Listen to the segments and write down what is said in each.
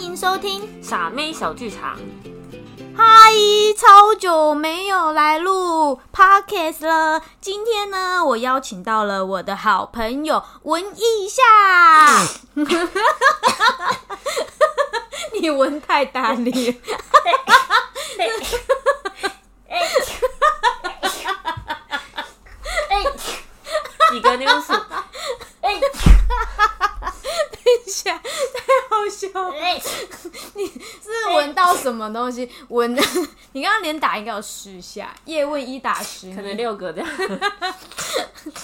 迎收听傻妹小剧场，嗨，超久没有来录 podcast 了。今天呢，我邀请到了我的好朋友闻一下。 你闻太大力了，你跟那个鼠，等一下，太好笑了。是闻到什么东西？闻 的，你刚刚连打应该有十下，叶问一打十， 可能六个这样。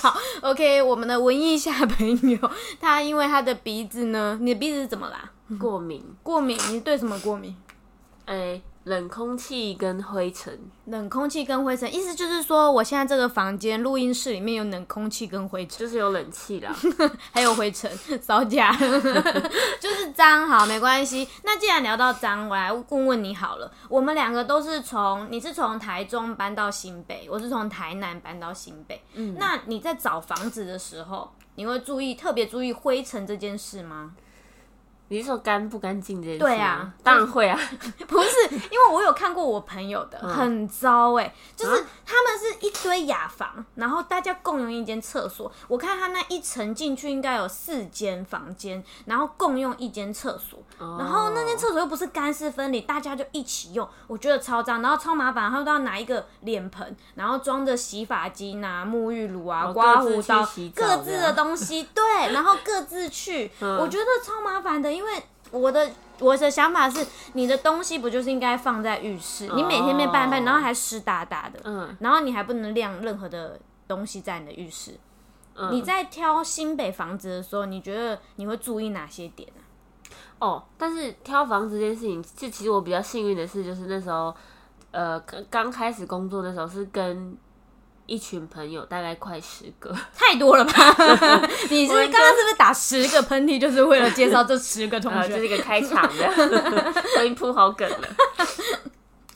好，OK，我们的文艺下朋友，他因为他的鼻子呢，你的鼻子是怎么啦？过敏，过敏？你对什么过敏？哎、冷空气跟灰尘，冷空气跟灰尘，意思就是说，我现在这个房间录音室里面有冷空气跟灰尘， 就是有冷气啦。还有灰尘，扫假， 就是脏。好，没关系。那既然聊到脏，我来问问你好了。我们两个都是从，你是从台中搬到新北，我是从台南搬到新北。嗯，那你在找房子的时候，你会注意特别注意灰尘这件事吗？你是说干不干净这件事？对啊，当然会啊。不是，因为我有看过我朋友嗯的，很糟哎、就是啊他们是一堆雅房，然后大家共用一间厕所。我看他那一层进去应该有四间房间，然后共用一间厕所，哦然后那间厕所又不是干湿分离，大家就一起用，我觉得超脏，然后超麻烦，他们都要拿一个脸盆，然然后装着洗发精啊、沐浴乳啊、哦刮各自胡去刀洗，澡各这自样的东西，对，然后各自去，嗯我觉得超麻烦的，因为我的。我的想法是，你的东西不就是应该放在浴室？你每天被拌拌，然后还湿哒哒的，嗯然后你还不能晾任何的东西在你的浴室。嗯你在挑新北房子的时候，你觉得你会注意哪些点啊？哦，但是挑房子这件事情，就其实我比较幸运的是，就是那时候，呃，刚刚开始工作的时候是跟一群朋友，大概快十个，太多了 吧？你是不是刚刚是不是打十个喷嚏，就是为了介绍这十个同啊，学？ 这是一个开场 的，我已经铺好梗了。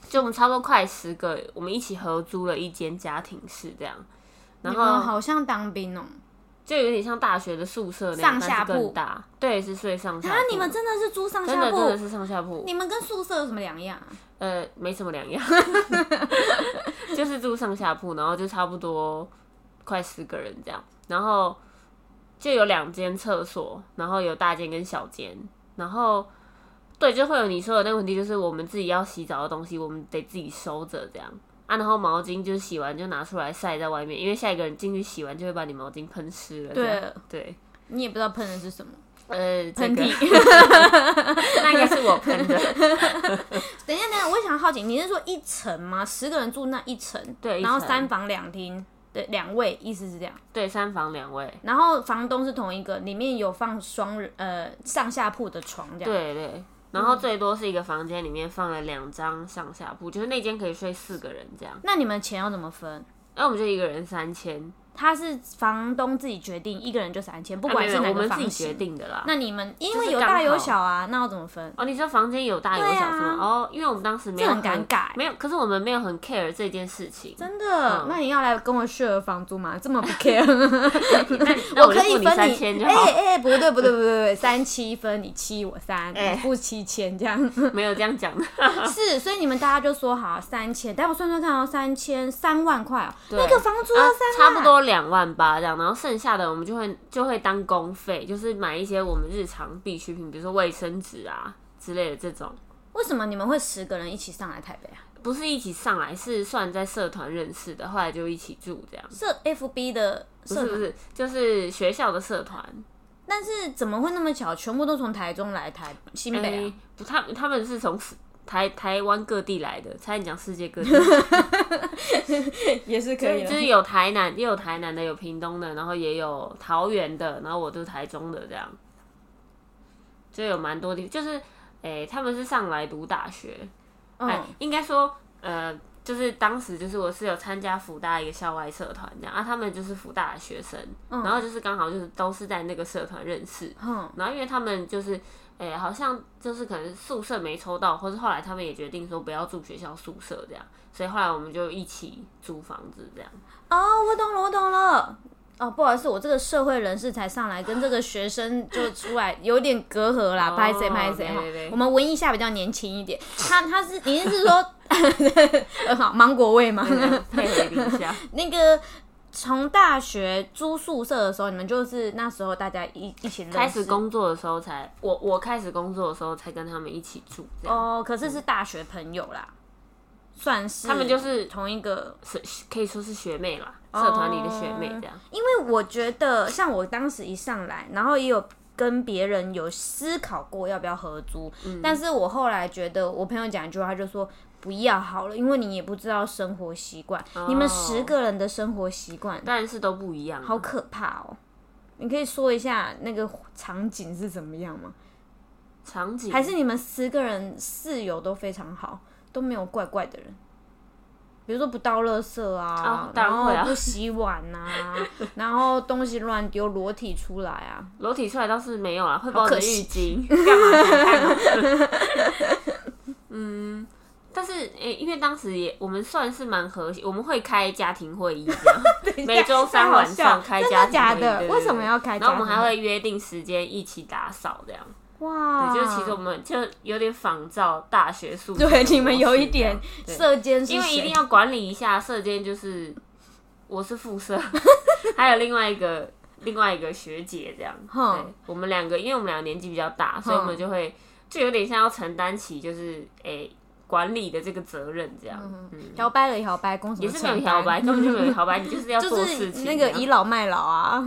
就我们差不多快十个，我们一起合租了一间家庭室，这样，然你们后嗯好像当兵哦、就有点像大学的宿舍那上样，下但是铺更大，对，是睡上下铺。啊，你们真的是租上真下的真的铺？是上下铺，你们跟宿舍有什么两样啊？呃，没什么两样， 就是住上下铺，然后就差不多快十个人这样，然后就有两间厕所，然后有大间跟小间，然后对，就会有你说的那个问题，就是我们自己要洗澡的东西，我们得自己收着这样啊，然后毛巾就是洗完就拿出来晒在外面，因为下一个人进去洗完就会把你毛巾喷湿了这样，对，你也不知道喷的是什么。呃，这喷个嚏 那应该是我喷的，等一下，等一下，我想好奇，你是说一层吗？十个人住那一层，对一然后层三房两厅，对，两卫，意思是这样。对，三房两卫，然后房东是同一个，里面有放双人呃上下铺的床这样。对对，然后最多是一个房间里面放了两张上下铺，就是那间可以睡四个人这样。那你们钱要怎么分？那我们就一个人三千，他是房东自己决定，一个人就三千，不不管是哪啊我个们房自己型决。定的啦。那你们因为是有刚大有好小啊，那要怎么分？哦，你说房间有大有对小啊是吗？哦，因为我们当时没有这很尴尬欸没有，可是我们没有很 care 这件事情。真的？嗯哦那你要来跟我 share 房租吗？这么不 care？ 可以那就付分哦你三千就哎好，哎、不对不对不对不对，三七分你七我三，哎你付七千这样。 没有这样讲的。是，所以你们大家就说好三千，但我算算看哦，三千三万块哦，对那个房租要啊三万、差不。多两万八这样，然后剩下的我们就会就会当公费，就是买一些我们日常必需品，比如说卫生纸啊之类的这种。为什么你们会十个人一起上来台北啊？不是一起上来，是算在社团认识的，后来就一起住这样。社 FB 的不社是不团，是，就是学校的社团。但是怎么会那么巧，全部都从台中来台新北啊、诶哎不，他他们是从世台台湾各地来的，差点讲世界各地，也是就 可哎啊是就是有台南，也有台南的，有屏东的，然后也有桃园的，然后我就台中的这样，就有蛮多地，就是诶、他们是上来读大学，哎嗯，应该说，呃，就是当时就是我是有参加福大一个校外社团这样啊，他们就是福大的学生，然后就是刚好就是都是在那个社团认识，嗯然后因为他们就是，诶、好像就是可能宿舍没抽到，或是后来他们也决定说不要住学校宿 舍这样，所以后来我们就一起租房子这样。哦，我懂了，我懂了。哦，不好意思，我这个社会人士才上来，跟这个学生就出来有点隔阂啦，哦拍谁拍谁哈对对对。我们文艺下比较年轻一点， 他他是你是说， 呃好芒果味吗？配合一下， 那个从大学租宿舍的时候，你们就是那时候大家一一起认识开始工作的时候才，我我开始工作的时候才跟他们一起住，这样、哦，可是是大学朋友啦，算是他们就是同一个是可以说是学妹啦，哦社团里的学妹这样。因为我觉得，像我当时一上来，然后也有跟别人有思考过要不要合租，但是我后来觉得，我朋友讲一句话，他就说不要好了，因为你也不知道生活习惯，你们十个人的生活习惯当然是都不一样啊，好可怕哦。你可以说一下那个场景是怎么样吗？场景还是你们十个人室友都非常好，都没有怪怪的人？比如说不倒垃圾啊，哦当然会啊后不洗碗 啊，然后东西乱丢，裸体出来啊。裸体出来倒是没有啦，会包着可惜浴巾， 干嘛想看 啊？嗯，但是诶、因为当时也我们算是蛮和谐，我们会开家庭会议这 样，每周三晚上开真家庭的会议，假对的？对为什么要开对家庭？然后我们还会约定时间一起打扫这样，哇，就是其实我们就有点仿照大学宿舍的模对式这样，你们有一点对射箭是因为一谁定要管理一下射间，就是我是副社， 还有另外一个另外一个学姐这样。哼对，我们两个，因为我们两个年纪比较大，所以我们就会就有点像要承担起就是诶、管理的这个责任这样。嗯，摇摆了摇摆，公什也么是没有承担摇摆，根本就 没有摇摆，你就是要就做事是情。啊那个倚，老卖老啊。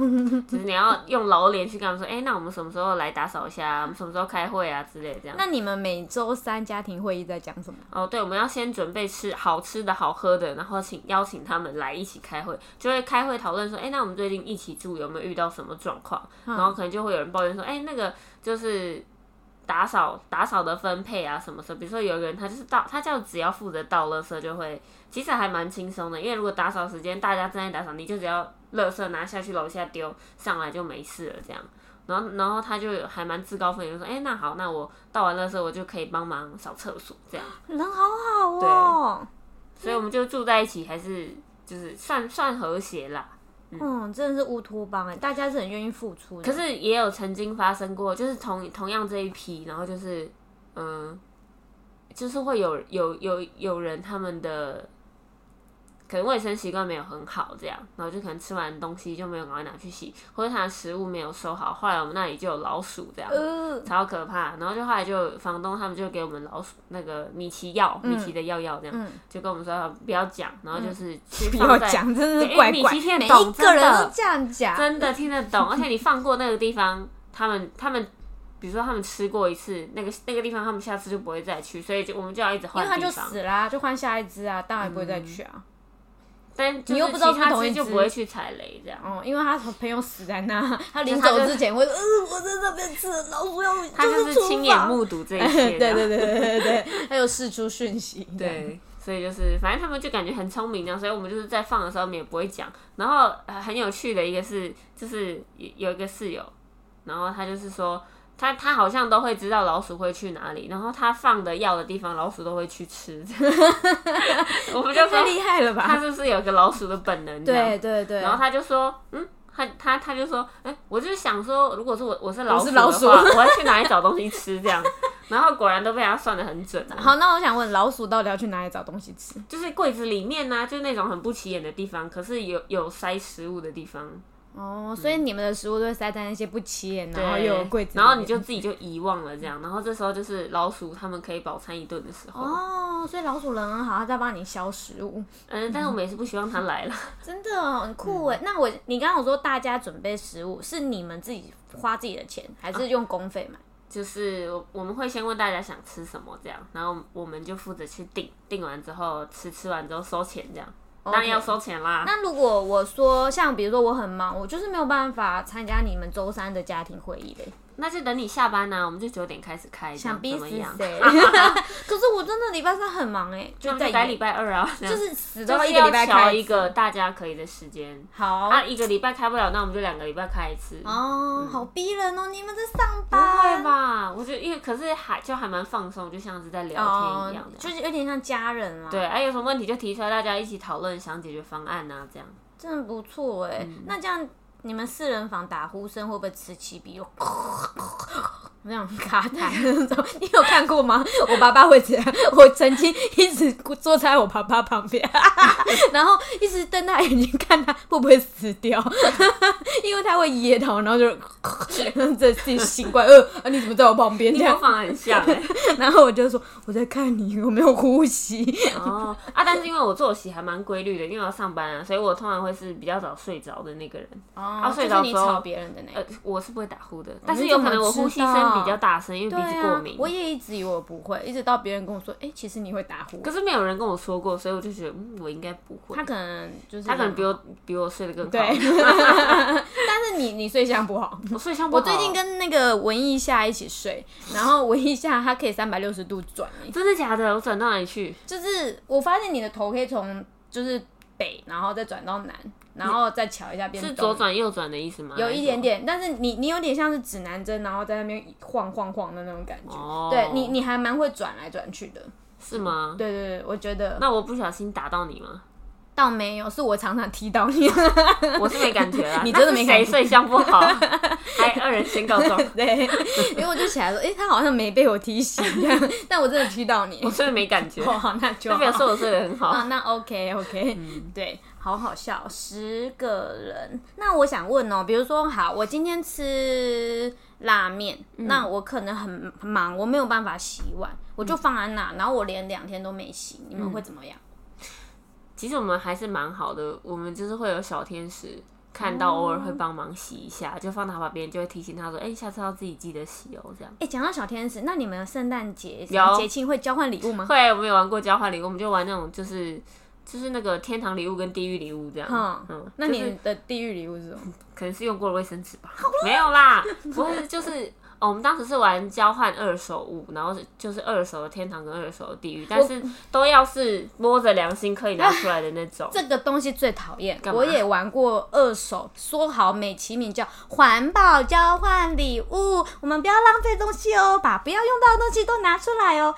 就是你要用劳联去跟他们说，哎、那我们什么时候来打扫一下、啊？我们什么时候开会啊？之类这样。那你们每周三家庭会议在讲 什么？哦，对，我们要先准备吃好吃的好喝的，然后请邀请他们来一起开会，就会开会讨论说，哎，那我们最近一起住有没有遇到什么状况？然后可能就会有人抱怨说，哎，那个就是打扫打扫的分配啊，什么什么，比如说有一个人他就是倒，他就只要负责倒垃圾就会，其实还蛮轻松的，因为如果打扫时间大家正在打扫，你就只要垃圾拿下去楼下丢，上来就没事了这样。然后，然后他就还蛮自告奋勇地说：“哎，那好，那我倒完垃圾，我就可以帮忙扫厕所这样。”人好好哦。所以我们就住在一起，还是就是算算和谐啦。嗯，真的是乌托邦哎，大家是很愿意付出的。可是也有曾经发生过，就是同同样这一批，然后就是嗯，就是会有有有有人他们的可能卫生习惯没有很好，这样，然后就可能吃完东西就没有赶快拿去洗，或者他的食物没有收好，后来我们那里就有老鼠这样。呃，超可怕。然后就后来就房东他们就给我们老鼠那个米奇药，嗯米奇的药药这样，就跟我们说不要讲，然后就是 去不放要在讲，真的对因为是怪哎米怪，奇听每得一懂，个真人都的这样讲。真的听得懂，而且你放过那个地方，他们他们。比如说他们吃过一次那个那个地方，他们下次就不会再去，所以就我们就要一直因换为他地就方。死啦、就换下一只啊，当然不会再去啊。但就你又是不知道是其不是他同次一就只不会去踩雷这样。哦、因为他朋友死在 那，他临他就走之前会，呃，我在那边吃了老鼠药，他就是是亲厨眼房。目睹这一对切这对样。对对对对 对，他有释出讯息。对，所以就是反正他们就感觉很聪明这样，所以我们就是在放的时候我们也不会讲。然后、呃很有趣的一个是，就是有有一个室友，然后他就是说。他他好像都会知道老鼠会去哪里，然后他放的药的地方，老鼠都会去吃。这样我们就这太说厉害 了他吧？是不是有个老鼠的本能？这样 对对对然，后他就说，嗯，他他他就说，哎、我就是想说，如果是我我是老我鼠是的老话，鼠我要去哪里找东西吃这样。然后果然都被他算的很准、啊。好，那我想问，老鼠到底要去哪里找东西吃？就是柜子里面呢、就那种很不起眼的地方，可是有有塞食物的地方，哦，所以你们的食物都会塞在那些不起眼，然后对又有柜子里面，然后你就自己就遗忘了这样，然后这时候就是老鼠他们可以饱餐一顿的时候，哦，所以老鼠人很好，它在帮你消食物，嗯，但是我们也是不希望它来了， 真的哦很酷嗯哎。那我你刚刚有说大家准备食物，是你们自己花自己的啊钱，还是用公费买？就是我们会先问大家想吃什么这样，然后我们就负责去订，订完之后吃，吃完之后收钱这样，当然要收钱啦，那如果我说像比如说我很忙，我就是没有办法参加你们周三的家庭会议嘞，那就等你下班呢、我们就九点开始开，这样想逼嗯怎死么样？谁？ 可是我真的礼拜三很忙 哎，那就我们在就改礼拜二啊，这样就是死就都是一个要礼拜调开一次个大家可以的时间。好啊，一个礼拜开不了，那我们就两个礼拜开一次。哦，好逼人哦，你们在上不班会吧？我觉得，因为可是还就还蛮放松，就像是在聊天一样的。哦啊就是有点像家人啦。对，哎、有什啊 么问题就提出来，大家一起讨论，想解决方案啊，这样。真的不错哎、那这样你们四人房打呼声会不会此起彼落？ 那种卡痰那种，你有看过吗？ 我爸爸会这样，我曾经一直坐在我爸爸旁边， 然后一直瞪他眼睛看他会不会死掉， 因为他会噎到，然后就这自己醒过来，呃，啊你怎么在我旁边？你这样模仿很像哎、然后我就说我在看你，我没有呼吸。 哦啊，但是因为我作息还蛮规律的，因为我要上班啊，所以我通常会是比较早睡着的那个人。哦睡着你之后吵别人的那呃个。，我是不会打呼的，但是哦你有怎可么能我呼知吸声比道较大声，因为鼻子过敏。啊我也一直以为我不会，一直到别人跟我说，哎、其实你会打呼。可是没有人跟我说过，所以我就觉得，嗯，我应该不会。他可能就是他可能比我比我睡得更好。对， 但是你你睡相不好。我睡相不我好。最近跟那个文艺夏一起睡，然后文艺夏他可以三百六十度转欸，真的假的？我转到哪里去？就是我发现你的头可以从就是北，然后再转到南，然后再瞧一下变是东左转右转的意思吗？有还一是什点么。点，但是你你有点像是指南针，然后在那边晃晃晃的那种感觉。哦对你你还蛮会转来转去的。是吗？对对对，我觉得那我不小心打到你吗？倒没有，是我常常踢到你。我是没感觉啊。 你真的没感觉那是谁睡相 不好？还二人先告状。对，因为我就起来说，哎、他好像没被我踢醒这样，但我真的踢到你。我睡没感觉， 哦，好，那就代表说好。我睡得很好。啊，那 OK OK，、对，嗯好好笑，十个人。那我想问哦，比如说，好，我今天吃拉面，嗯那我可能很很忙，我没有办法洗碗，我嗯就放在那，然后我连两天都没洗，你们会怎么样？其实我们还是蛮好的，我们就是会有小天使看到，偶尔会帮忙洗一下，就放他旁边，就会提醒他说：“哎、下次要自己记得洗哦。”这样。哎、讲到小天使，那你们圣诞节什有么节庆会交换礼物吗？后来我们有玩过交换礼物，我们就玩那种就是就是那个天堂礼物跟地狱礼物这样。嗯，嗯，那就是你的地狱礼物是什么？可能是用过的卫生纸吧？没有啦，不是就是。哦，我们当时是玩交换二手物，然后是就是二手的天堂跟二手的地狱，但是都要是摸着良心可以拿出来的那种。这个东西最讨厌，嘛我也玩过二手，说好美其名叫环保交换礼物，我们不要浪费东西哦，把不要用到的东西都拿出来哦。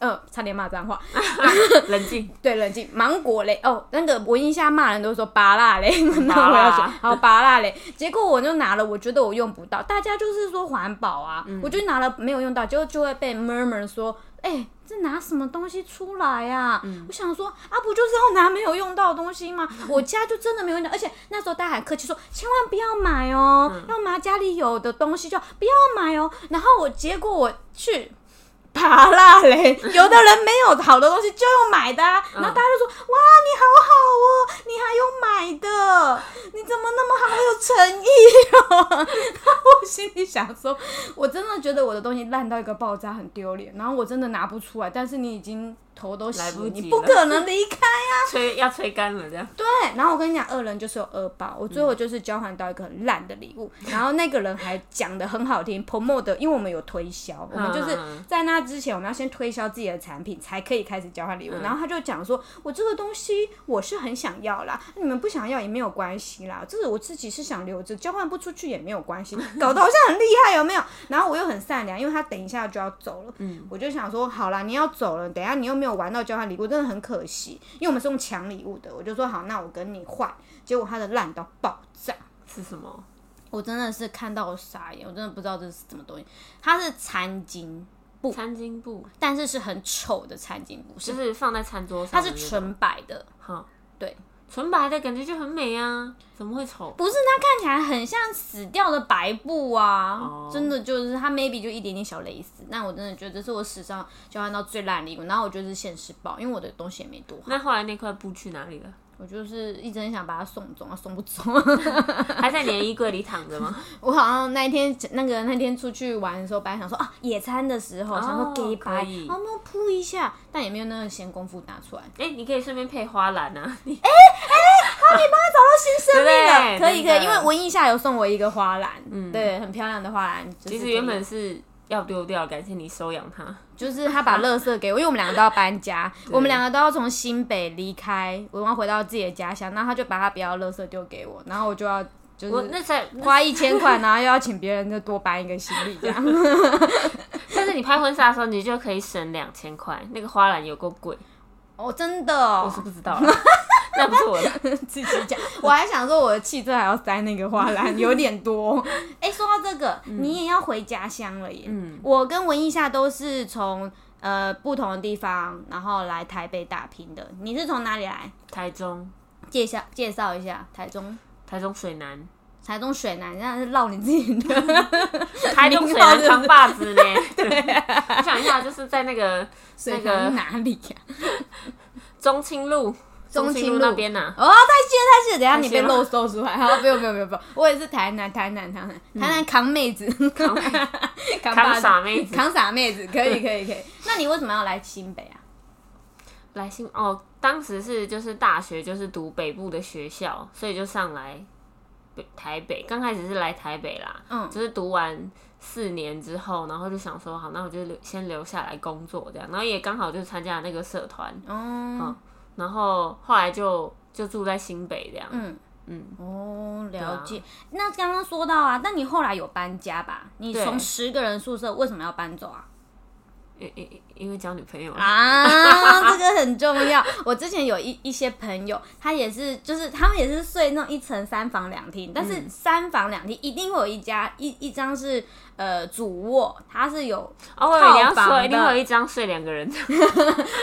呃，差点骂脏话。 冷静，对，冷静。芒果嘞，哦，那个我印象骂人都说芭辣嘞， 芭那乐我要讲，好芭辣嘞。结果我就拿了，我觉得我用不到，大家就是说环保啊，嗯我就拿了没有用到，结果就会被 murmur 说，哎、这拿什么东西出来啊？嗯我想说啊，不就是要拿没有用到的东西吗？我家就真的没有用到，而且那时候大家还客气说，千万不要买哦，嗯要拿家里有的东西就好不要买哦。然后我结果我去 爬啦嘞，有的人没有好的东西就用买的、啊，嗯然后大家就说、哇你好好哦，你还有买的，你怎么那么好有诚意哦？ 然后我心里想说，我真的觉得我的东西烂到一个爆炸，很丢脸，然后我真的拿不出来，但是你已经头都洗来不了，及你不了可能离开啊。吹要吹干了这样。对，然后我跟你讲，恶人就是有恶报。我最后就是交换到一个很烂的礼物，然后那个人还讲的很好听，promote，因为我们有推销，我们就是嗯在那之前我们要先推销自己的产品，才可以开始交换礼物。然后他就讲说，我这个东西我是很想要啦，你们不想要也没有关系啦，这个我自己是想留着，交换不出去也没有关系，搞得好像很厉害有没有？然后我又很善良，因为他等一下就要走了，我就想说，好啦，你要走了，等一下你又没有玩到交换礼物，真的很可惜，因为我们是用抢礼物的。我就说好，那我跟你换，结果他的烂到爆炸，是什么？我真的是看到我傻眼，我真的不知道这是什么东西，它是餐巾布，餐巾布，但是是很丑的餐巾布，就是是放在餐桌上它的那是种。纯白的，好对，纯白的感觉就很美啊，怎么会丑？不是它看起来很像死掉的白布啊，哦真的就是它 maybe 就一点点小蕾丝，但我真的觉得这是我史上交换到最烂的礼物，然后我就是现实报，因为我的东西也没多好，那后来那块布去哪里了？我就是一直很想把它送走，啊送不走。 还在你的衣柜里躺着吗？ 我好像那一天那个那天出去玩的时候，本来想说啊野餐的时候、想说给白哦可，以然后摸扑一下，但也没有那个闲工夫拿出来。哎、你可以顺便配花篮啊。你哎新生命了，对可以可真以，的嗯因为文艺夏有送我一个花篮，对，很漂亮的花篮。就是其实给原本是要丢掉，感谢你收养它。就是他把垃圾给我，因为我们两个都要搬 家，我们两个都要从新北离开，我要回到自己的家乡，然后他就把他不要垃圾丢给我，然后我就要就我是。那在，那花一千块，然后又要请别人再多搬一个行李，这 样。但是你拍婚纱的时候，你就可以省两千块。那个花篮有够贵，哦，真的、哦， 我是不知道啊。样做的。自己讲。我还想说，我的汽车还要塞那个花篮，有点多。 哎、说到这个，你也要回家乡了耶。嗯我跟文艺夏都是从呃不同的地方，然后来台北打拼的。你是从哪里来？台中，介绍介绍一下台中。台中水南，台中水南，那是绕你自己 的台中水南扛把 子呢。对，啊 我想一下，就是在那个水那个南哪里呀、中清路，中中清路清路那边啊呐、哦，太谢太谢，等一下你被太谢了漏搜出来。好，不用不用不用不用，我也是台南台南台南嗯台南扛妹子，扛扛把扛子傻妹子扛傻妹子，可以可以可 以。那你为什么要来新北啊？来信哦，当时是就是大学就是读北部的学校，所以就上来北台北。刚开始是来台北啦，嗯就是读完四年之后，然后就想说好，那我就留先留下来工作这样，然后也刚好就参加了那个社团，哦，然后后来就就住在新北这样。嗯嗯哦，了解。对啊那刚刚说到啊，那你后来有搬家吧？你对从十个人宿舍为什么要搬走啊？因因因为交女朋友 啦，啊，这个很重 要。我之前有一一些朋友，他也是，就是他们也是睡那种一层三房两厅，但嗯是三房两厅一定会有一家一一张是呃主卧，它是有 哦，我以为你套要房说的一定会有一张睡两个人的，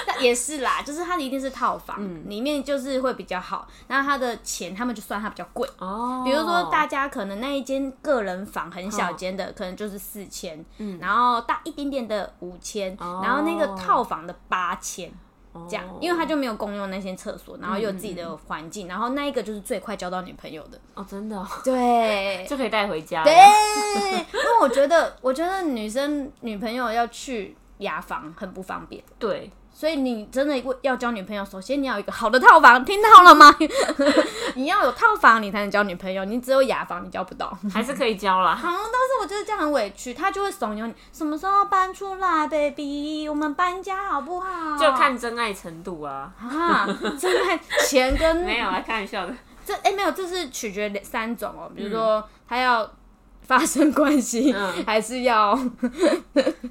但也是啦，就是它一定是套房，嗯里面就是会比较好。那它的钱他们就算它比较贵，哦，哦比如说大家可能那一间个人房很小间的，可能就是四千，然后大一点点的五千，嗯哦然后那个套房的八千。这样，因为他就就没有公用那些厕所，然后又有自己的环境，然后那一个就是最快交到女朋友的，哦真的哦、对 就可以带回家了，对，因为我觉得，我觉得女生女朋友要去雅房很不方便，对，所以你真的要交女朋友，首先你要有一个好的套房，听到了吗？ 你要有套房，你才能交女朋友，你只有雅房你交不到。还是可以交啦。好，但是我觉得这样很委屈，他就会怂恿你什么时候搬出来，baby，我们搬家好不好？就看真爱程度啊。啊，真的钱跟 没有啊，开玩笑的。这哎、没有，这是取决两三种哦，比如说他要发生关系，嗯 还是要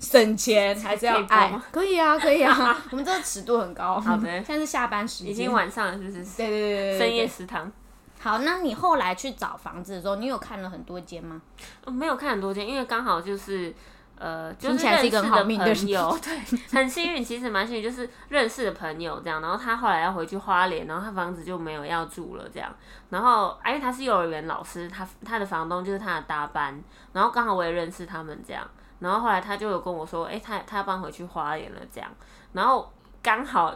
省钱，还是要可以播爱吗？可以啊，可以啊， 我们这个尺度很高。好的现在是下班时间，已经。晚上了，是不是？对对对对对，深夜对。食堂。好，那你后来去找房子的时候，你有看了很多间 吗？哦没有看很多间，因为刚好就是呃，就听是起来认是识一个的很好命的人朋友， 对，很幸运，其实蛮幸运，就是认识的朋友这样。然后他后来要回去花莲，然后他房子就没有要住了这样。然后、啊因为他是幼儿园老师，他他的房东就是他的搭班，然后刚好我也认识他们这样。然后后来他就有跟我说，哎、他他要搬回去花莲了这样。然后刚好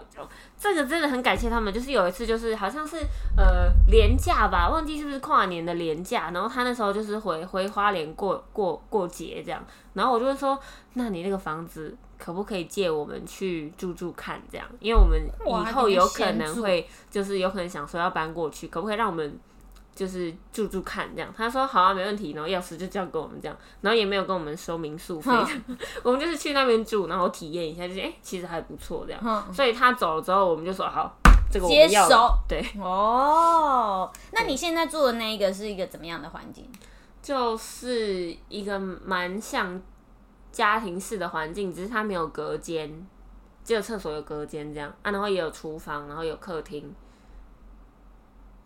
这个真的很感谢他们，就是有一次就是好像是呃廉假吧，忘记是不是跨年的廉假，然后他那时候就是回回花莲过过过节这样，然后我就会说，那你那个房子可不可以借我们去住住看这样？因为我们哇以后有可你们先住能会就是有可能想说要搬过去，可不可以让我们？就是住住看这样，他说好啊，没问题，然后钥匙就交给我们这样，然后也没有跟我们收民宿费， 我们就是去那边住，然后体验一下，就是哎、其实还不错这样。嗯所以他走了之后，我们就说好，这个我接们要了手对，哦，那你现在住的那一个是一个怎么样的环境？就是一个蛮像家庭式的环境，只是它没有隔间，只有厕所有隔间这样啊，然后也有厨房，然后有客厅。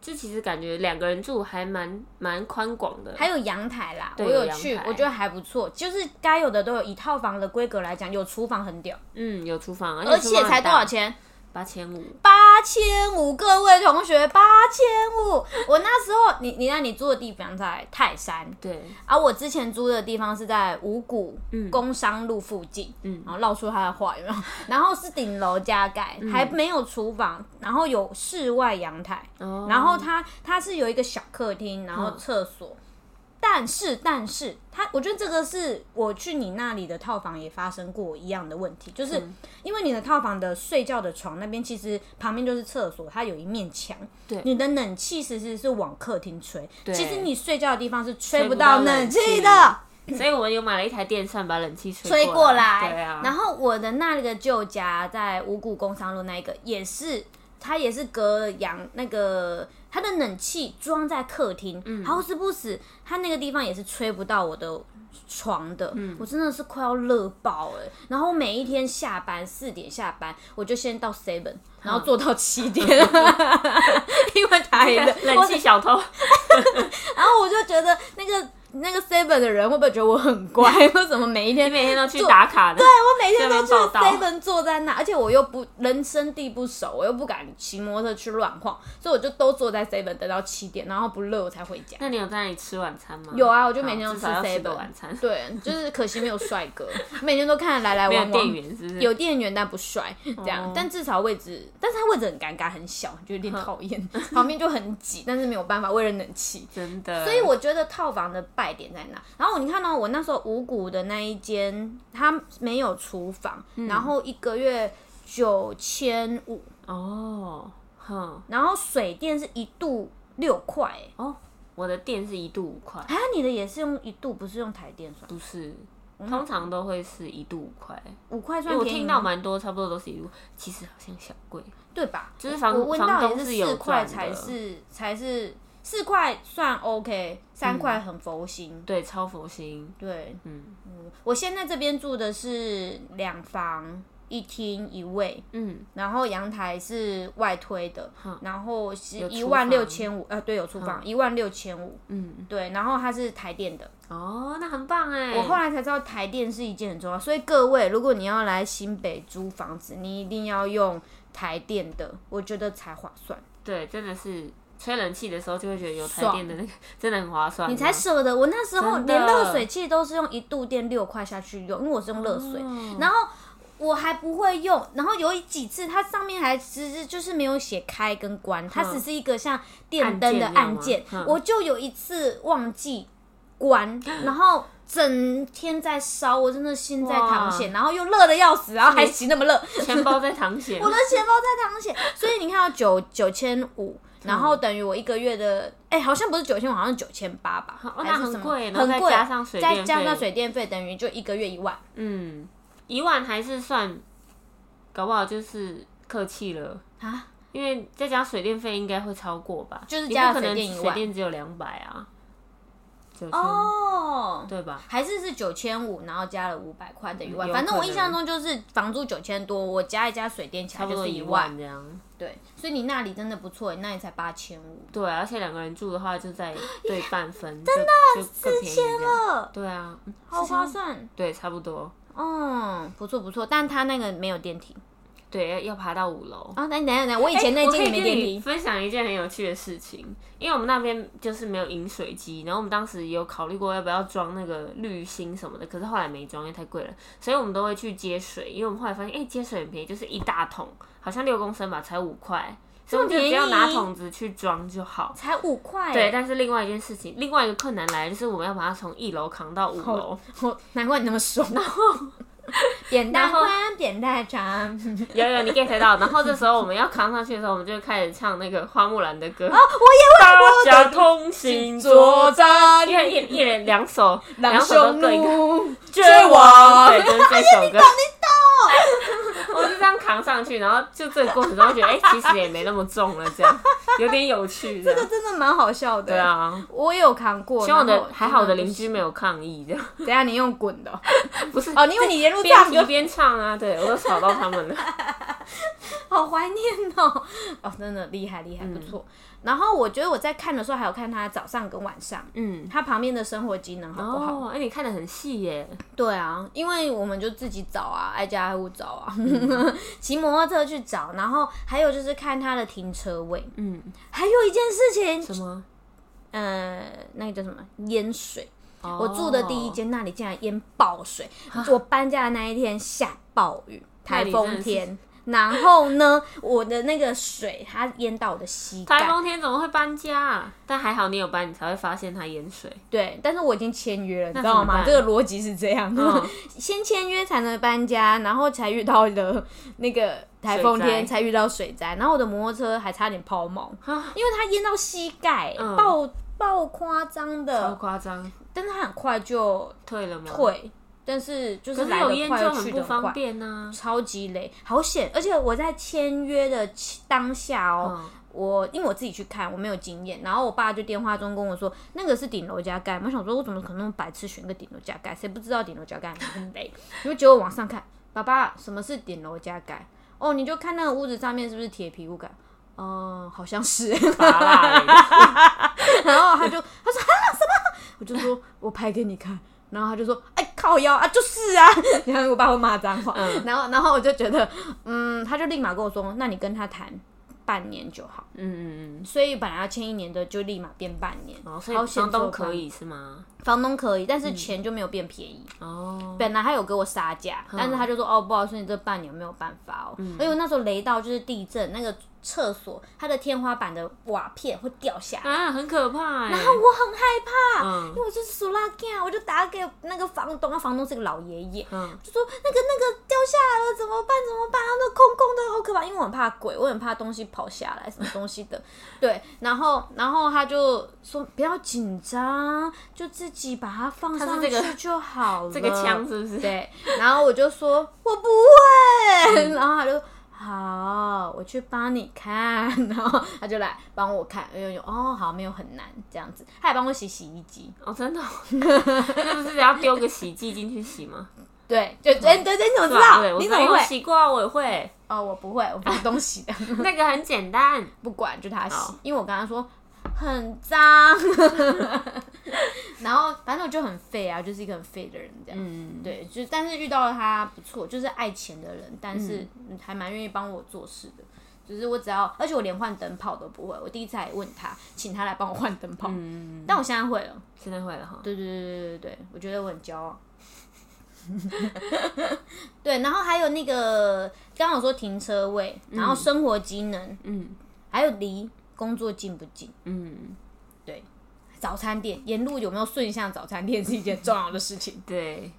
就其实感觉两个人住还蛮蛮宽广的，还有阳台啦，我对有有阳去，台我觉得还不错，就是该有的都有。以套房的规格来讲，有厨房很屌，嗯有厨房，而而且才多少？钱？八千五，八千五，各位同学，八千五。我那时候，你你那你住的地方在泰山，对，而、我之前租的地方是在五股工商路附近，嗯，然后绕出他的话有没有？然后是顶楼加盖，还没有厨房，然后有室外阳台，哦然后它它是有一个小客厅，然后厕所。但是，但是，它我觉得这个是我去你那里的套房也发生过一样的问题，就是因为你的套房的睡觉的床那边其实旁边就是厕所，它有一面墙，对你的冷气其实是往客厅吹，对其实你睡觉的地方是吹吹不不到到冷冷气气的。所以我们有买了一台电扇把冷气吹吹过来，对啊，然后我的那个旧家在五股工商路那一个也是，它也是隔阳那个它的冷气装在客厅，嗯好死不死，它那个地方也是吹不到我的床的，嗯我真的是快要热爆哎、然后每一天下班四点下班，我就先到嗯 seven，然后坐到七 点，因为台 冷，啊冷气小偷，然后我就觉得那个那个 seven 的人会不会觉得我很乖？ 为什么每一天你 每天都去坐打卡的，对我每天都去这边报道 seven 坐在那，而且我又不人生地不熟，我又不敢骑摩托车去乱晃，所以我就都坐在 seven 等到七点，然后不热我才回家。那你有在那里吃晚餐吗？有啊，我就好每天都至吃少要吃 seven 个 晚餐。对，就是可惜没有帅 哥，每天都看来来没有往店往。员是不是？啊有店员但不帅，这样哦但至少位置，但是他位置很尴尬，很小，就有点讨厌，旁边就很挤，但是没有办法，为了冷 气，真的，所以我觉得套房的败点在哪？然后你看到、我那时候五谷的那一间，它没有厨房，嗯然后一个月九千五，哦，哼，然后水电是一度六块、欸，哦，我的店是一度五块，啊，你的也是用一度，不是用台电算，不是，通常都会是一度五块。嗯五块因为算我便宜听到吗蛮多，差不多都是一度，其实好像小贵。对吧？就是房我闻房到东也是有四块赚才的是才是四块算 OK，三嗯块很佛心。对，超佛心。对，嗯我现在这边住的是两房一厅一卫，嗯，然后阳台是外推的，然后是有一厨万房六千五，呃，对，有厨房，一万六千五，嗯，对，然后它是台电的。哦，那很棒哎。我后来才知道台电是一件很重要，所以各位，如果你要来新北租房子，你一定要用台电的，我觉得才划算，对，真的是吹冷气的时候就会觉得有台爽电的那个真的很划算。啊你才舍得。我那时候真的连热水器都是用一度电六块下去用，因为我是用热水，哦然后。我还不会用，然后有几次它上面还只是就是没有写开跟关，它只是一个像电灯的按按键键一样吗。嗯我就有一次忘记 关，然后整天在烧，我真的心在淌血，哇然后又热的要死，然后还骑那么热，钱包在淌血。我的钱包在淌血，所以你看到九九千五，然后等于我一个月的，哎、好像不是九千五，好像九千八吧，哦还那是很什么？贵然后很再贵，加上水再电加上费水电费，等于就一个月一万。嗯，一万还是算，搞不好就是客气了啊。因为再加水电费应该会超过吧？就是你加不可了水能电一万水电只有两百啊，九千、哦，对吧？还是是九千五，然后加了五百块等于一万。有反正可我印象能中就是房租九千多，我加一加水电起差来不就多是一万。万这样。对，所以你那里真的不错，你那里才八千五。对，而且两个人住的话，就 在对半分，真的四千了对啊，嗯好划4000算，对，差不多。嗯，不错不错，但他那个没有电梯对，要要爬到五楼。啊。等一下等一下等一下，我以哎前那我间可也以没跟电你梯，分享一件很有趣的事情，因为我们那边就是没有饮水机，然后我们当时也有考虑过要不要装那个滤芯什么的，可是后来没装，因为太贵了，所以我们都会去接水，因为我们后来发现，哎、接水很便宜，就是一大桶，好像六公升吧，才五块，所以我们就只要拿便宜桶子去装就好。才五块欸。对，但是另外一件事情，另外一个困难来了，就是我们要把它从一楼扛到五楼，我难怪你那么熟。然后扁担宽，扁担长。有有，你 get 到。然后这时候我们要扛上去的时候，我们就开始唱那个花木兰的歌。哦，我也大家同行作战，战一人一一人两首，两狼首都匈各一个。奴绝王对，就是这首歌。我就这样扛上去，然后就这个过程中觉得，哎、其实也没那么重了，这样有点有趣这这样个。真的蛮好笑的。对，啊，我也有扛过。希望我然后的还好我的真邻居没有抗议， 这样不是。等一下你用滚的哦不是哦，因为你沿路边唱提歌，边唱啊，对我都吵到他们了。 好怀念哦。哦，真的厉害厉嗯害，不错。然后我觉得我在看的时候，还有看他早上跟晚上。嗯，他旁边的生活机能好不好？哦，哎、你看的很细耶。对啊，因为我们就自己找啊，挨家挨户找啊，嗯 骑摩托车去找，然后还有就是看他的停车位，嗯，还有一件事情，什么？呃，那个叫什么淹水。我我住的第一哦间那里竟然淹爆水，啊我搬家的那一天下暴雨，台风天。然后呢，我的那个水它淹到我的膝台盖，风天怎么会搬家、啊？但还好你有搬，你才会发现它淹水。对，但是我已经签约了，你知怎么道吗？办这个逻辑是这样，嗯 先签约才能搬家，然后才遇到了那个台风水灾天，才遇到水灾，然后我的摩托车还差点抛锚，啊，因为它淹到膝盖，嗯爆爆夸张超的，夸张，但是它很快就退了吗？，退，但是就可是是来有得烟快就又去很得不很快方，便呐、啊超级累，好险！而且我在签约的当下哦，嗯，我因为我自己去看，我没有经验，然后我爸就电话中跟我说那个是顶楼加盖，我想说我怎么可能那么白痴选个顶楼加盖，谁不知道顶楼加盖很累？因为结果往上看，爸爸什么是顶楼加盖？哦，你就看那个屋子上面是不是铁皮屋盖？嗯，好像是。拔蜡而已然后他就他说啊什么？我就说我拍给你看，然后他就说哎靠腰啊就是啊， 然后我爸会骂脏话，嗯然后然后我就觉得嗯，他就立马跟我说，那你跟他谈半年就好，嗯嗯嗯，所以本来要签一年的就立马变半年，哦，所好以险房东做可半以嗯是吗？房东可以，但是钱就没有变便宜。哦，本来他有给我杀价，嗯但是他就说哦，不好意思，你这半年没有办法哦。而且我那时候雷到就是地震，那个厕所它的天花板的瓦片会掉下来，啊，很可怕欸。然后我很害怕，嗯因为我就是苏拉干，啊我就打给那个房东，那啊房东是个老爷爷，嗯就说那个那个掉下来了，怎么办？怎么办？那空空的，好可怕！因为我很怕鬼，我很怕东西跑下来，什么东西的。 对，然后然后他就说不要紧张，就自己把它放他上是这个去就好了。 这个枪是不是对，然后我就说我不会， 然后他就。好，我去帮你看，然后他就来帮我看，哎呦呦，哦，好，没有很难这样子，他还帮我洗洗衣机，哦，真 的哦，那不是只要丢个洗剂进去洗吗？对，就哎、对对，你怎么知吧？对，道？我你知怎么道因为我会？洗过啊，我也会。哦，我不会，我不是东洗的。 那个很简单，不管，就他洗好，因为我跟他说很脏， 然后反正我就很废啊，就是一个很废的人这样。嗯，对，就但是遇到了他不错，就是爱钱的人，但是嗯还蛮愿意帮我做事的。就是我只要，而且我连换灯泡都不会。我第一次还问他，请他来帮我换灯泡，但我现在会了。嗯现在会了哈。对对对对对对，我觉得我很骄傲。 对，然后还有那个刚刚有说停车位，然后生活机能，嗯还有离工作近不近？嗯，。早餐店沿路有没有顺向早餐店是一件重要的事情对，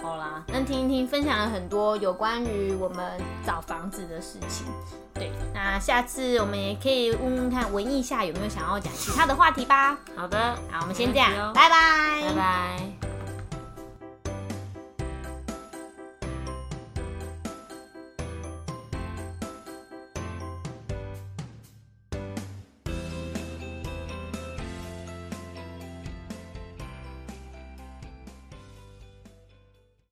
好啦，那听一听分享了很多有关于我们找房子的事情。对，那下次我们也可以问问看文艺下有没有想要讲其他的话题吧。好的，好，我们先这样没问题哦，拜拜拜。